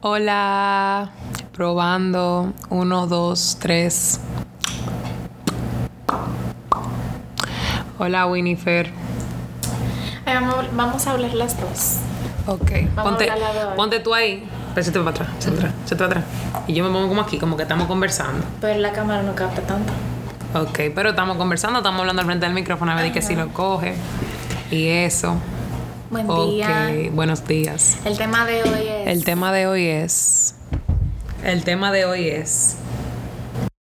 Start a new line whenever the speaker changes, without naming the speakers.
Hola, probando. Uno, dos, tres. Hola, Winifer.
Ay, vamos, vamos a hablar las dos.
Ok,
Vamos
ponte,
a hablar de hoy.
ponte tú ahí. Pésate para atrás, se atrás, se atrás. Y yo me pongo como aquí, como que estamos conversando.
Pero la cámara no capta tanto.
Ok, pero estamos conversando, estamos hablando al frente del micrófono, a ver de que si lo coge. Y eso.
Buen
ok,
día.
buenos días.
El tema de hoy es
El tema de hoy es. El tema de hoy es.